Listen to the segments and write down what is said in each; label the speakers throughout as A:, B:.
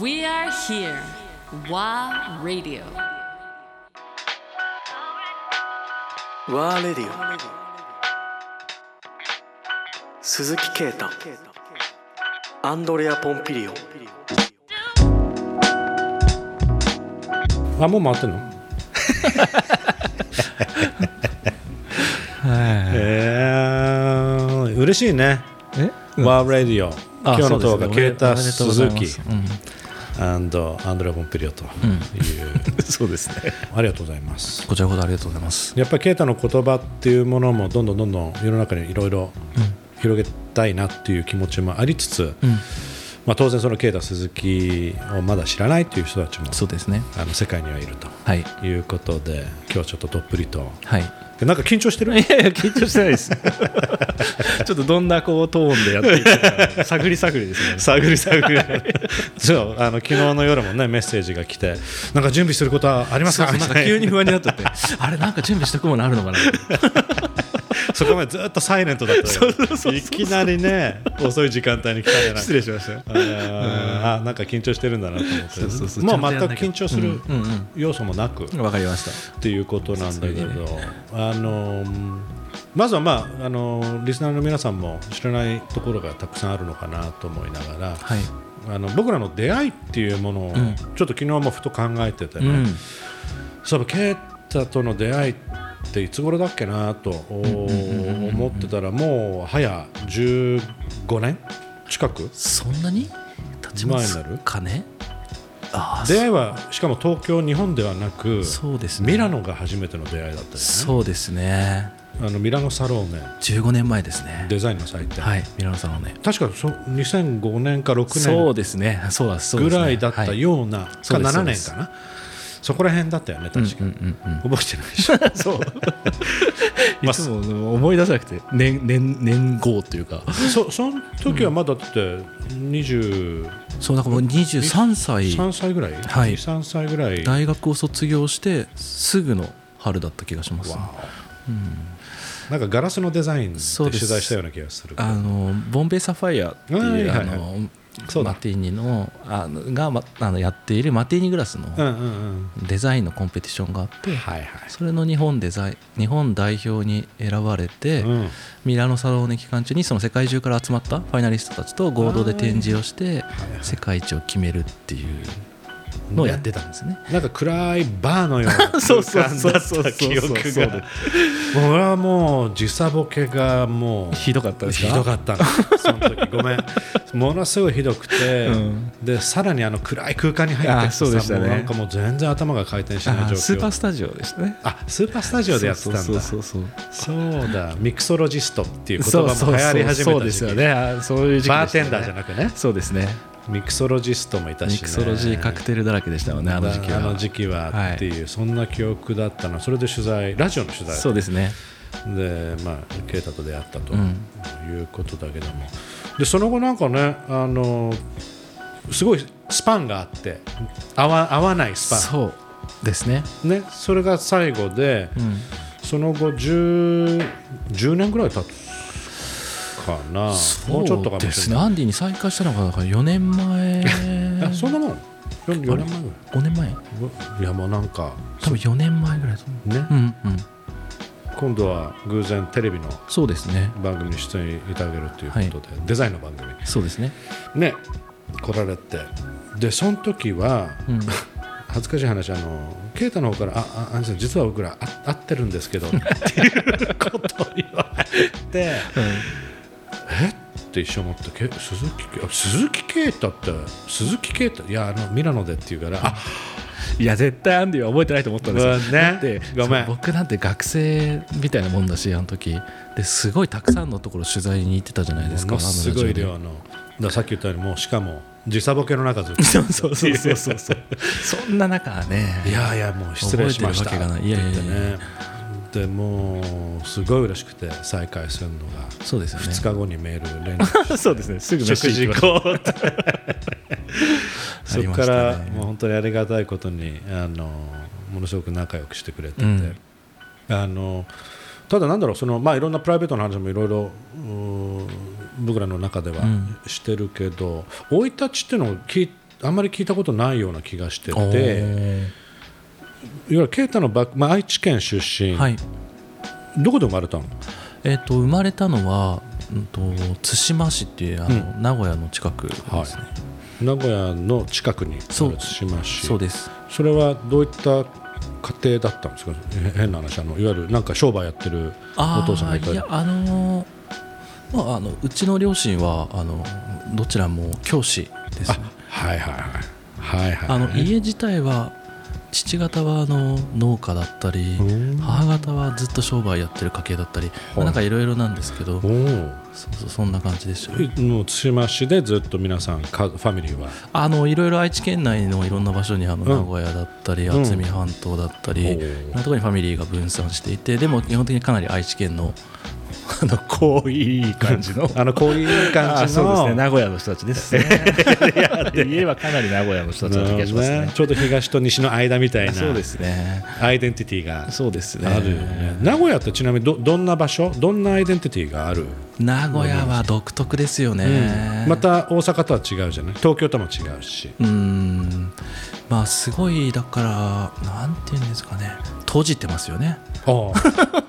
A: We are here. WA Radio.
B: ワーレディオ鈴木啓太アンドレア・ポンピリオ
C: あもう回ってんのえー、嬉しいね、
D: え、
C: ワーラディオ今日の動画ケータ・鈴木
D: うん、
C: アンドアンドレ・ボンピリオという、
D: そうですね。
C: ありがとうございます
D: こちらこそありがとうございます。
C: やっぱりケータの言葉っていうものもどんどんどんどん世の中にいろいろ広げたいなっていう気持ちもありつつ、
D: ん
C: まあ、当然そのケータ・鈴木をまだ知らないっていう人たちも
D: そうですね。
C: あの世界にはいると
D: はい。
C: いうことで今日はちょっとどっぷりと
D: はい。
C: なんか緊張してる
D: いやいや緊張してない です。ちょっとどんなこうトーンでやっていく か探り探りですね。
C: 探り探りそうあの昨日の夜もねメッセージが来てなんか準備することはあります
D: そう
C: か
D: そ
C: み
D: うなん
C: た
D: か
C: いな
D: 急に不安になっちゃって、あれなんか準備しとくものあるのかな。
C: そこまでずっとサイレントだったよいきなりね遅い時間帯に来たじゃない
D: 失礼しました。
C: あーあなんか緊張してるんだなと思って
D: そうそうそう
C: もう
D: ち
C: 全
D: ゃんとやん
C: く
D: なきゃ
C: 緊張する
D: うんうん
C: 要素もなくっ
D: わかりました。
C: ていうことなんだけどあのまずは、まあ、あのリスナーの皆さんも知らないところがたくさんあるのかなと思いながら、
D: はい。
C: あの僕らの出会いっていうものを、
D: ん
C: ちょっと昨日もふと考えててね、
D: うん。
C: そういえばケイタとの出会いっていつ頃だっけなと思ってたらもう早15年近く
D: そんなに立ちますかね。ああ、
C: 出会いはしかも東京日本ではなく
D: そうですね。
C: ミラノが初めての出会いだったよね
D: そうですね。
C: あのミラノサローネ
D: 15年前ですね。
C: デザインの祭典、
D: はい。ミラノさんはね。
C: 確かそ2005年か
D: そう
C: 6
D: ですね、そうだそう
C: 年
D: です
C: ぐ
D: ね
C: らいだっ
D: は
C: た
D: い
C: ような、か
D: そうです
C: 7
D: そうで
C: 年
D: す
C: かなそこら辺だったよね確か、
D: うんうんうんうん
C: 覚えてないし
D: そう。いつも思い出せなくて、年年年号というか、
C: そその時はまだだって23
D: そうなんかもう二十三歳、
C: 歳ぐらい、
D: はい
C: 23歳ぐらい
D: 大学を卒業してすぐの春だった気がします。
C: なんかガラスのデザインで
D: そう
C: 取
D: です
C: 材したような気がする
D: あのボンベイサファイアっていう、
C: はいはいはい
D: あの
C: そうだ
D: マティーニのあのがまあのやっているマティーニグラスの
C: うんうんうん
D: デザインのコンペティションがあって、
C: はいはい
D: それの日本デザイン日本代表に選ばれて。
C: うん
D: ミラノサローネ期間中にその世界中から集まったファイナリストたちと合同で展示をして世界一を決めるっていうのをやってたんですね。
C: なんか暗いバーのような
D: そ
C: 空
D: うそう
C: 間
D: そう
C: だっ
D: そう
C: た記憶
D: そうそ
C: が
D: う
C: もう俺はもう時差ボケがもう
D: ひどかったですか
C: ひどかったの その時ごめんものすごいひどくて、
D: うん
C: でさらにあの暗い空間に入って
D: あ
C: きて
D: そうでしたね
C: もうなんかもう全然頭が回転し
D: あ
C: ない状況
D: ースーパースタジオでしたね。
C: あスーパースタジオでやってたんだ
D: そうそうそうそう
C: そうだミクソロジストっていう言
D: そう
C: 葉も流行り始めた時期
D: そうそうそうですよね。あーそういう時期でしたね
C: バーテンダーじゃなくね
D: そうですね。
C: ミクソロジストもいたし、ね、
D: ミクソロジーカクテルだらけでしたよねあの時期は。
C: あの時期はっていう、そんな記憶だったなそれで取材ラジオの取材
D: そうですね。
C: でまあ啓太と出会ったと
D: うん
C: いうことだけども、でその後なんかねあのすごいスパンがあって合わ合わないスパ
D: そうですね。
C: ンねそれが最後で、
D: うん
C: その後 10, 10年ぐらい経つかなもうちょっとかも
D: そうで
C: し
D: す
C: れ
D: ね。
C: ない
D: アンディに再会したのがだから4年前。
C: あそんなもん 4,
D: あれ
C: 年前ぐ
D: 5年前
C: らいうわいやもうなんか
D: 多分4年前ぐらいだと思
C: ね、
D: う。うんうん。
C: 今度は偶然テレビの
D: そうですね。
C: 番組に出演いただけるということで、デザインの番組
D: そうですね。
C: ね来られてでその時は、
D: うん。
C: 恥ずかしい話あの啓太の方から「あああんさん実は僕らあ会ってるんですけど」 っていうことを言われて「えっ?」て一瞬思ってけ鈴木けあ鈴木啓太って鈴木啓太いやあのミラノでって言うから「あ
D: いや絶対アンディは覚えてないと思ったんですよ。
C: うんね
D: だって
C: ごめん
D: そう僕なんて学生みたいなもんだしあの時ですごいたくさんのところ取材に行ってたじゃないです
C: も
D: か。
C: のすごい
D: あのラジオで。
C: 量の」だからさっき言ったようにもうしかも時差ボケの中 ずっと
D: そうそうそうそうそうそう。そんな中はね。
C: いやいやもう失礼しました
D: 覚えてるわけがないいやいやいや
C: って言ってねでもうすごい嬉しくて再会するのが
D: そうですよね。
C: 2日後にメール連絡して
D: 日そうですね。すぐ飯行きま
C: 行こう
D: あ
C: そ
D: り
C: こ
D: ま
C: か
D: したね
C: らもう本当にありがたいことにあのものすごく仲良くしてくれてて、
D: うん
C: あのただなんだろうそのまあいろんなプライベートの話もいろいろうー僕らの中では
D: うん
C: してるけど生い立ちっていうのを聞いあんまり聞いたことないような気がしててい
D: お
C: わ
D: ー
C: ゆる啓太のバック、まあ、愛知県出身、
D: はい
C: どこで生まれたの
D: えっと生まれたのは、うん、と対馬市っていうあの、名古屋の近くですね、
C: はい名古屋の近くに
D: そう
C: 対馬市
D: そうです
C: それはどういった家庭だったんですかえ変な話あのいわゆるなんか商売やってる
D: あー
C: お父さんがいた
D: い
C: り
D: やあのーまあ、あのうちの両親はあのどちらも教師ですね、
C: はいはいはいはいはい
D: あの家自体は父方はあの農家だったり
C: うん
D: 母方はずっと商売やってる家系だったり、まあなんかいろいろなんですけど
C: おー
D: そうそうそんな感じでしたね
C: えもう対馬市でずっと皆さんかファミリーは
D: あのいろいろ愛知県内のいろんな場所にあの
C: ん
D: 名古屋だったり渥美半島だったり、
C: お
D: い
C: ー
D: ろんなところにファミリーが分散していてでも基本的にかなり愛知県の あの濃い感じの
C: あのこういう
D: あ
C: 感
D: ー
C: じ
D: そう
C: の
D: ですね名古屋の人たちです ねいやで家はかなり名古屋の人たち
C: な
D: な
C: る
D: 気
C: ほど
D: がします
C: ね
D: ね
C: ちょうど東と西の間みたいな
D: そうですね
C: アイデンティティが
D: そうですね
C: あるよね名古屋ってちなみにどどんな場所どんなアイデンティティがある、
D: 名古屋は独特ですよね、
C: また大阪とは違うじゃない東京とも違うし
D: うーんまあすごいだからなんていうんですかね閉じてますよね
C: あ あ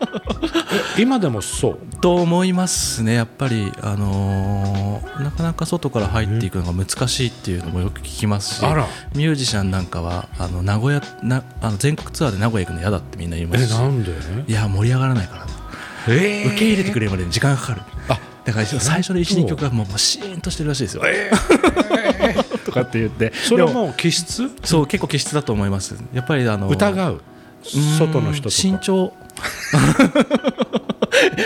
C: え今でもそう
D: と思いますねやっぱりあのーなかなか外から入っていくのが難しいっていうのもよく聞きますし
C: あら
D: ミュージシャンなんかはあの名古屋なあの全国ツアーで名古屋行くの嫌だってみんな言いま
C: え
D: すし
C: なんで
D: いや盛り上がらないから
C: え
D: 受け入れてくれるまでに時間がかかる
C: あ
D: だから最初の
C: そう
D: 12曲はもうもうシーンとしてるらしいですよ、 とかって言って
C: それはもう気質
D: そう結構気質だと思いますやっぱりあの
C: 疑う
D: うん
C: 外の人とか
D: 慎重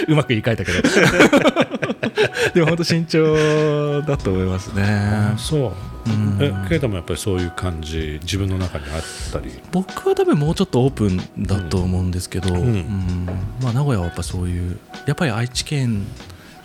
D: うまく言い換えたけど でも本当慎重だと思いますね
C: そうえけれどもやっぱりそういう感じ自分の中にあったり
D: 僕は多分もうちょっとオープンだと思うんですけど、うん
C: ん
D: まあ、名古屋はやっぱそういうやっぱり愛知県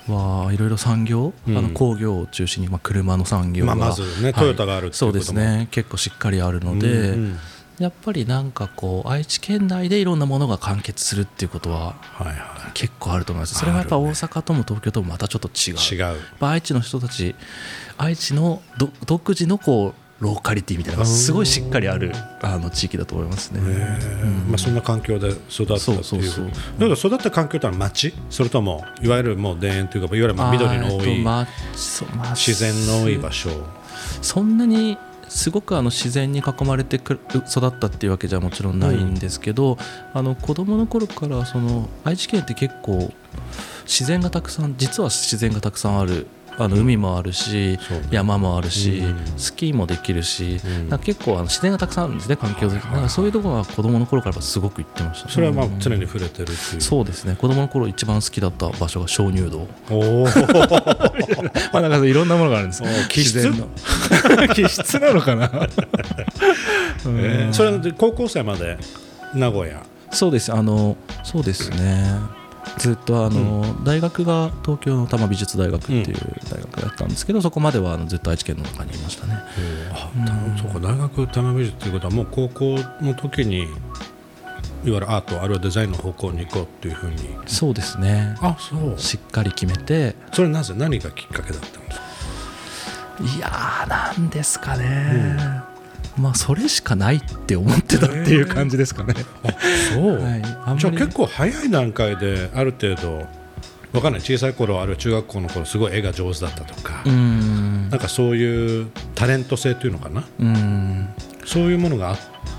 D: はいろいろ産業、
C: ん
D: あの工業を中心に、まあ、車の産業が、
C: まあまずね
D: はい
C: トヨタがあるっていうことも
D: そうですね結構しっかりあるので、
C: うんうん
D: やっぱりなんかこう愛知県内でいろんなものが完結するっていうことは
C: はいは
D: 結構あると思いますそれはやっぱ大阪とも東京ともまたちょっと違う
C: い違う
D: やっぱ愛知の人たち愛知のど独自のこうローカリティみたいなのがすごいしっかりあるあの地域だと思いますね、
C: まあ、そんな環境で育ったって
D: そ
C: いう
D: うそうそう
C: なんか育った環境とは町それともいわゆるもう田園というかいわゆるまあ緑の多
D: あーえっと
C: い
D: まあそうまあ
C: 自然の多い場所
D: そんなにすごくあの自然に囲まれてくる育ったっていうわけじゃもちろんないんですけど、あの子供の頃からその愛知県って結構自然がたくさん実は自然がたくさんあるあの海もあるし、
C: そうね
D: 山もあるし、
C: うん
D: スキーもできるし、
C: ん
D: なんか結構あの自然がたくさんあるんですね環境的に、なんかそういうところは子供の頃からやっぱすごく行ってましたね
C: それはまあ
D: うん
C: 常に触れてるっていう。
D: そうですね子供の頃一番好きだった場所が鍾乳洞
C: おお
D: まあなんかいろんなものがあるんです
C: 気質
D: 自然の気質 なのかな
C: えーそれで高校生まで名古屋
D: そうですあのそうですねずっとあの、大学が東京の多摩美術大学っていう大学だったんですけど、そこまではあのずっと愛知県の中にいましたね
C: あたそうか大学多摩美術っていうことはもう高校の時にいわゆるアートあるいはデザインの方向に行こうっていうふうに
D: そうですね
C: あそう
D: しっかり決めて
C: それなぜ何がきっかけだったんですか
D: いやーなんですかね、まあそれしかないって思ってたっていう感じですかね、
C: そう、
D: はいあんまり
C: じゃあ結構早い段階である程度わかんない小さい頃あるいは中学校の頃すごい絵が上手だったとか、
D: うん
C: なんかそういうタレント性というのかな
D: うん
C: そういうものがあっ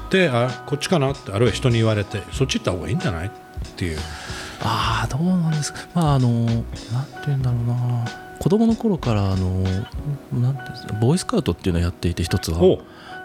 C: てあこっちかなってあるいは人に言われてそっち行った方がいいんじゃないっていう
D: ああどうなんですかまああのなんて言うんだろうな子供の頃からあのなんていうんですかボーイスカウトっていうのをやっていて一つは
C: おう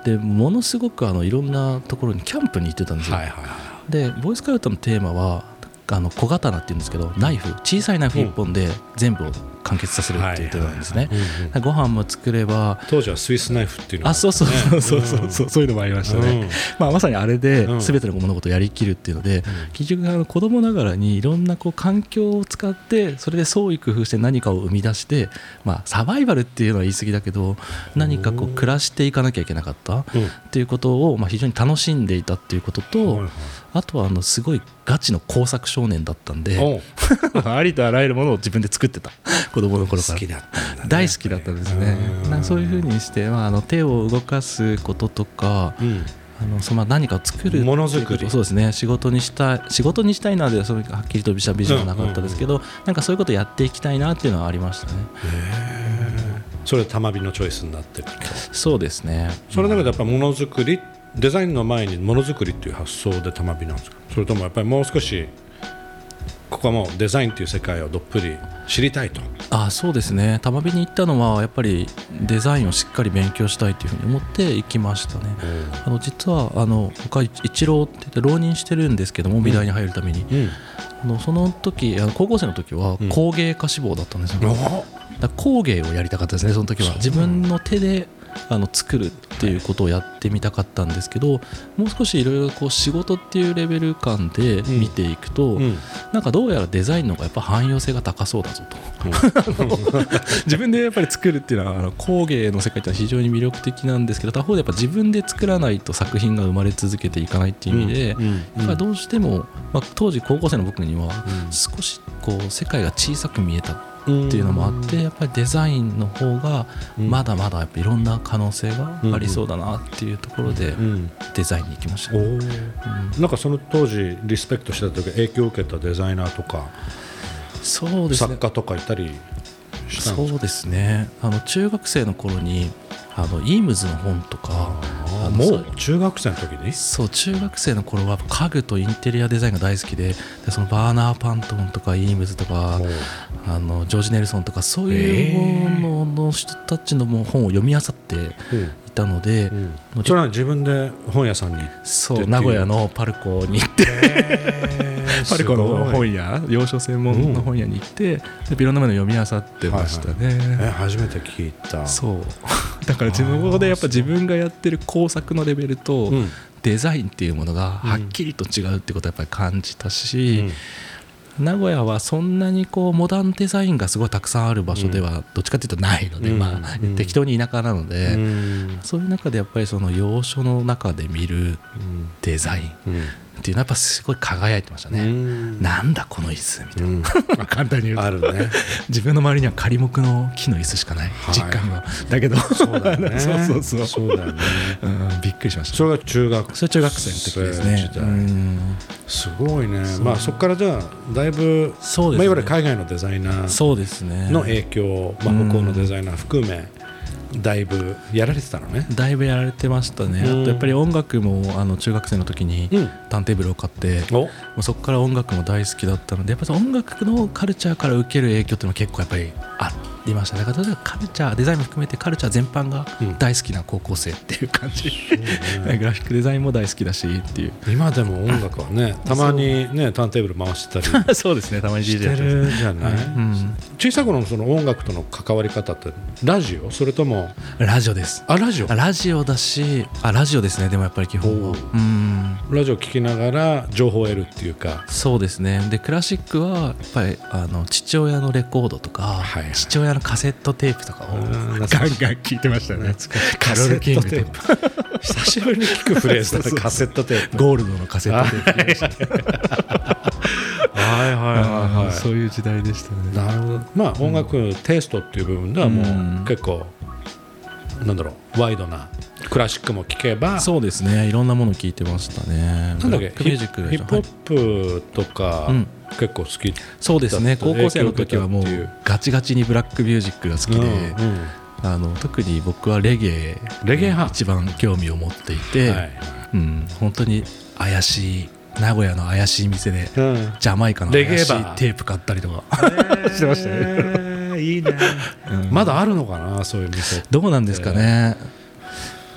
D: でものすごくあのいろんなところにキャンプに行ってたんですよ、
C: はいはいは
D: でボーイスカウトのテーマはあの小刀っていうんですけどナイフ小さいナイフ1本で全部を完結させるっていうテーマなんですね
C: い、うんうん
D: ご飯も作れば
C: 当時はスイスナイフっていうのが
D: あそうそうそうそうそうそうそういうのもありましたね、
C: うん
D: まあ、まさにあれで
C: うん
D: 全ての物事をやりきるっていうので、結局あの子供ながらにいろんなこう環境を使ってそれで創意工夫して何かを生み出して、まあ、サバイバルっていうのは言い過ぎだけど何かこう暮らしていかなきゃいけなかったっ
C: うん
D: ていうことをまあ非常に楽しんでいたっていうこと
C: はい
D: と
C: はい
D: あとはあのすごいガチの工作少年だったんで。
C: おう
D: ありとあらゆるものを自分で作ってた子供の頃か
C: 好
D: ら
C: きだったんだね
D: 大好きだったんですね
C: うん
D: なそういうふうにして、まあ、あの手を動かすこととか
C: うん
D: あのそのまあ何かを作る
C: ものづくり
D: っていうことそうですね仕事にしたい仕事にしたいなではそれはっきりとビシャビシャはなかったですけど、なんかそういうことやっていきたいなっていうのはありましたね
C: それ玉火のチョイスになってくると
D: そうですね
C: その中でやっぱものづくりデザインの前にものづくりっていう発想で玉火なんですかそれともやっぱりもう少しここはもうデザインっていう世界をどっぷり知りたいと
D: あそうですね玉美に行ったのはやっぱりデザインをしっかり勉強したいというふうに思って行きましたねあの実はあの僕は一郎って言って浪人してるんですけども美大に入るために、
C: うん
D: あのその時あの高校生の時は
C: うん
D: 工芸家志望だったんですよ、
C: お
D: だか
C: お
D: ら工芸をやりたかったですねその時
C: そうな
D: は
C: んだ
D: 自分の手であの作るっていうことをやってみたかったんですけどもう少しいろいろこう仕事っていうレベル感で見ていくと、
C: うん
D: なんかどうやらデザインの方がやっぱ汎用性が高そうだぞ と自分でやっぱり作るっていうのはあの工芸の世界っていうのは非常に魅力的なんですけど他方でやっぱ自分で作らないと作品が生まれ続けていかないっていう意味で、
C: うんうん
D: やっぱりどうしても、まあ、当時高校生の僕には
C: うん
D: 少しこう世界が小さく見えたっていうのもあってやっぱりデザインの方が
C: うん
D: まだまだやっぱいろんな可能性がありそうだなっていうところで
C: うん
D: デザインに行きました、
C: おおなんかその当時リスペクトしてた時影響を受けたデザイナーとか
D: そうです
C: 作
D: ね
C: 家とかいたりしたんです
D: そうですねあの中学生の頃にあのイームズの本とか
C: か
D: あの
C: も
D: そう
C: う中学生の時に
D: そう中学生の頃は家具とインテリアデザインが大好きででそのバーナー・パントンとかイームズとか
C: おう
D: あのジョージ・ネルソンとかそういうものの人たちのもう本を読み漁っていたので、
C: うん
D: もう
C: それは自分で本屋さんに行って
D: そう名古屋のパルコに行ってパルコの
C: すごい
D: 本屋洋書専門の本屋に行って、でいろんなものを読み漁ってましたね。
C: え初めて聞いた
D: そうだから自分のこでやっぱ自分がやってる工作のレベルと
C: うん
D: デザインっていうものがはっきりと違うってことはやっぱり感じたし、名古屋はそんなにこうモダンデザインがすごいたくさんある場所ではどっちかというとないので、
C: うん
D: まあ
C: うん
D: 適当に田舎なので、
C: うん
D: そういう中でやっぱりその要所の中で見る
C: うん
D: デザインっていうのはやっぱすごい輝いてました
C: う
D: ね、
C: ん
D: なんだこの椅子みたいな、
C: うん
D: まあ 簡単に言うと
C: ある ね
D: 自分の周りには仮木の木の椅子しかない、
C: い
D: 実感はだけど
C: そうだよね
D: そうそうそう
C: そうだよね
D: うんびっくりしました。
C: それが中学
D: それ中学生の時ですね。
C: 時代
D: うん
C: すごいねまあそこからじゃあだいぶ
D: そう
C: ま
D: です
C: あ
D: ね
C: いわゆる海外のデザイナー
D: そうですね。
C: の影響まあ向こうのデザイナー含めだいぶやられてたのね
D: だいぶやられてましたね。あ
C: うん
D: とやっぱり音楽もあの中学生の時に
C: うん
D: ターンテーブルを買って、も
C: お
D: うそこから音楽も大好きだったので、やっぱり音楽のカルチャーから受ける影響っていうのは結構やっぱりありましたね。だから例えばカルチャーデザインも含めてカルチャー全般が
C: うん
D: 大好きな高校生っていう感じ。 グラフィックデザインも大好きだしっ ていう。
C: 今でも音楽はねたまにねターンテーブル回 してたり
D: そうですね。たまに
C: してるじゃない
D: うん、
C: 小さい頃のその音楽との関わり方ってラジオそれとも
D: ラジオです。
C: あラジオ
D: あラジオだしあラジオですねでもやっぱり基本
C: お
D: は
C: う
D: うん
C: ラジオ聞きながら情報を得るっていうか
D: そうですねでクラシックはやっぱりあの父親のレコードとか、
C: いはい
D: 父親のカセットテープとかをガン
C: 懐
D: ガン
C: かしい
D: 聞いてましたね
C: カ
D: カロ
C: セ
D: ルキン
C: ッ
D: グ
C: ト
D: テ
C: テ
D: ープ
C: ープ久しぶりに聞くフレーズ だねカセットテープ
D: ゴールドのカセットテープでした
C: はいはいはいはい
D: そういう時代でしたね
C: なるほどまあ音楽テイストっていう部分ではも
D: う
C: うん結構なんだろうワイドなクラシックも聴けば
D: そうですねいろんなもの聞いてましたね
C: なんだっけ
D: ブラックミュージックが
C: ヒップホップとか
D: うん
C: 結構好き
D: そうですね
C: だっ
D: 高
C: た
D: 校生の時はもう
C: 影響を受けたっ
D: ガチガチにブラックミュージックが好
C: て
D: き
C: いう
D: で、
C: うんうん
D: あの特に僕はレゲエ
C: レゲエ派
D: 一番興味を持っていて、
C: はい
D: うん、本当に怪しい名古屋の怪しい店で、ジャマイカの怪
C: レゲエ
D: しい
C: バー
D: テープ買ったりとか
C: してましたねいいねまだあるのかなそういう店
D: どうなんですかね、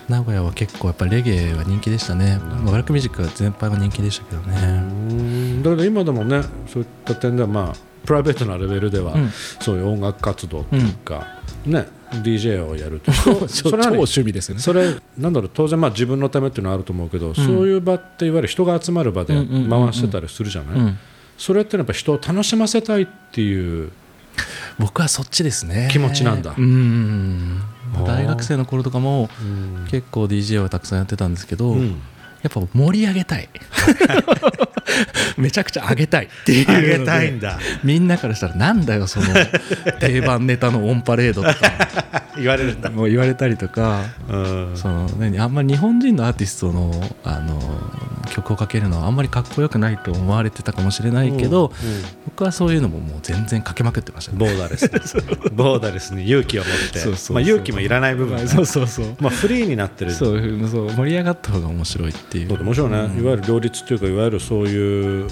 D: 名古屋は結構やっぱレゲエは人気でしたね、まあブラックミュージックは全般が人気でしたけど
C: う
D: ね、
C: んだけど今でもねそういった点ではまあプライベートなレベルでは、
D: うん
C: そういう音楽活動っていうか、ね DJ をやる とそそ
D: 超
C: れ
D: 超
C: はね
D: 趣味ですよね
C: それなんだろう当然まあ自分のためっていうのはあると思うけど、そういう場っていわゆる人が集まる場で
D: うんうんうんうん
C: 回してたりするじゃない、
D: うん
C: それってのはやっぱ人を楽しませたいっていう
D: 僕はそっちですね
C: 気持ちなんだ
D: うん
C: あー
D: 大学生の頃とかも
C: ん
D: 結 構 DJ はたくさんやってたんですけど、
C: ん
D: やっぱ盛り上げたいめちゃくちゃ上げたいっていうので
C: 上げたいんだ
D: みんなからしたらなんだよその 定番ネタのオンパレードとか
C: 言われるんだ、
D: もう言われたりとか
C: うん、
D: その、ね、あんまり日本人のアーティストのあの曲をかけるのはあんまりかっこよくないと思われてたかもしれないけど、僕はそういうのももう全然かけまくってましたね。
C: ボーダーレスにボーダーレスに勇気を持って
D: そうそうそう
C: まあ、勇気もいらない部分、
D: そうそうそう
C: まあ、フリーになってる
D: そうそう盛り上がった方が面白いっていう
C: だってもちろんね、いわゆる両立というかいわゆるそういう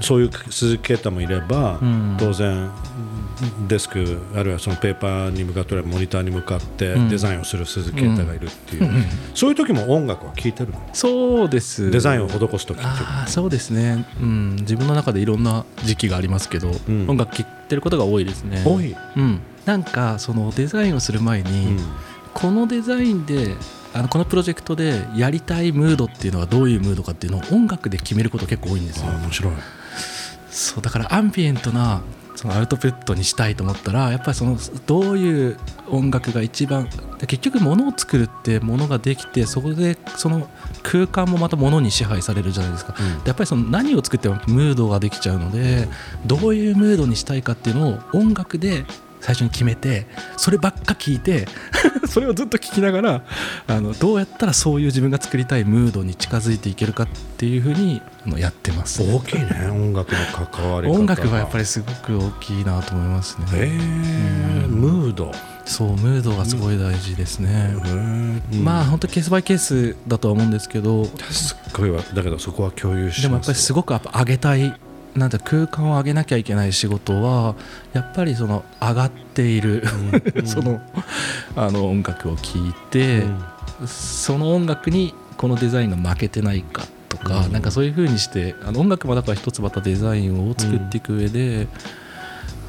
C: そういう鈴木啓太もいれば、
D: ん
C: 当然デスクあるいはそのペーパーに向かってあるいはモニターに向かって
D: ん
C: デザインをする鈴木啓太がいるっていう、そういう時も音楽は聴いてるの
D: そうです
C: デザインを施す時っていうのは
D: ああそうですね、うん、自分の中でいろんな時期がありますけど、
C: ん
D: 音楽聴いてることが多いですね
C: 多い、
D: うん、なんかそのデザインをする前に、
C: うん
D: このデザインであのこのプロジェクトでやりたいムードっていうのはどういうムードかっていうのを音楽で決めること結構多いんですよ
C: あ面白い
D: そうだからアンビエントなそのアウトプットにしたいと思ったらやっぱりそのどういう音楽が一番で結局物を作るって物ができてそこでその空間もまた物に支配されるじゃないですか、
C: うん
D: でやっぱりその何を作ってもムードができちゃうのでどういうムードにしたいかっていうのを音楽で最初に決めてそればっか聞いて それをずっと聞きながらあのどうやったらそういう自分が作りたいムードに近づいていけるかっていうふうにあのやってます。
C: 大きいね音楽の関わり方が
D: 音楽はやっぱりすごく大きいなと思いますね、
C: へームード、
D: そうムードがすごい大事ですね、ま
C: ま
D: あ
C: あ
D: 本当ケースバイケースだとは思うんですけど
C: すっごいわだけどそこは共有し
D: でもや
C: ま
D: っぱり
C: す
D: すごくやっぱ上げたいなんて空間を上げなきゃいけない仕事はやっぱりその上がっている、 そのあの音楽を聴いて、その音楽にこのデザインが負けてないかとか、なんかそういう風にしてあの音楽もだから一つまたデザインを作っていく上で、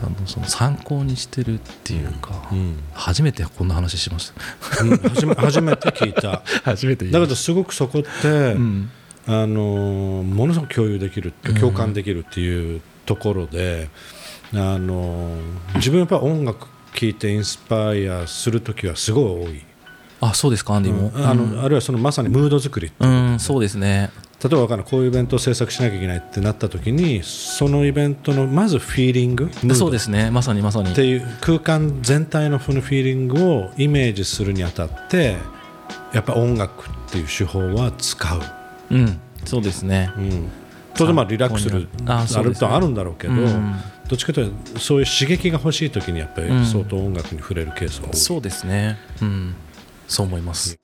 D: あのその参考にしてるっていうか、
C: うん
D: 初めてこんな話しまし た
C: うん初め初めて聞いた
D: 初めて言い
C: だ
D: ま
C: けど
D: し
C: すごくそこって、
D: たうん
C: あのーものすごく共有できるって共感できるっていうところで、あのー自分やっぱ音楽聴いてインスパイアする時はすごい多い。
D: あそうですかアンディも、
C: あのあるいはそのまさにムード作り例
D: うん、そうですね
C: えばわかんないこういうイベントを制作しなきゃいけないってなった時にそのイベントのまずフィーリングムード
D: そうですねまさにまさ
C: っ
D: に
C: ていう空間全体のこのフィーリングをイメージするにあたってやっぱ音楽っていう手法は使う、
D: うんそうですね
C: うん、当然まあリラックスする
D: あ
C: あ
D: そう
C: る
D: ですね
C: とはあるんだろうけど、
D: うん
C: どっちかというとそういう刺激が欲しい時にやっぱり
D: うん
C: 相当音楽に触れるケースが多い、
D: そうですねうんそう思います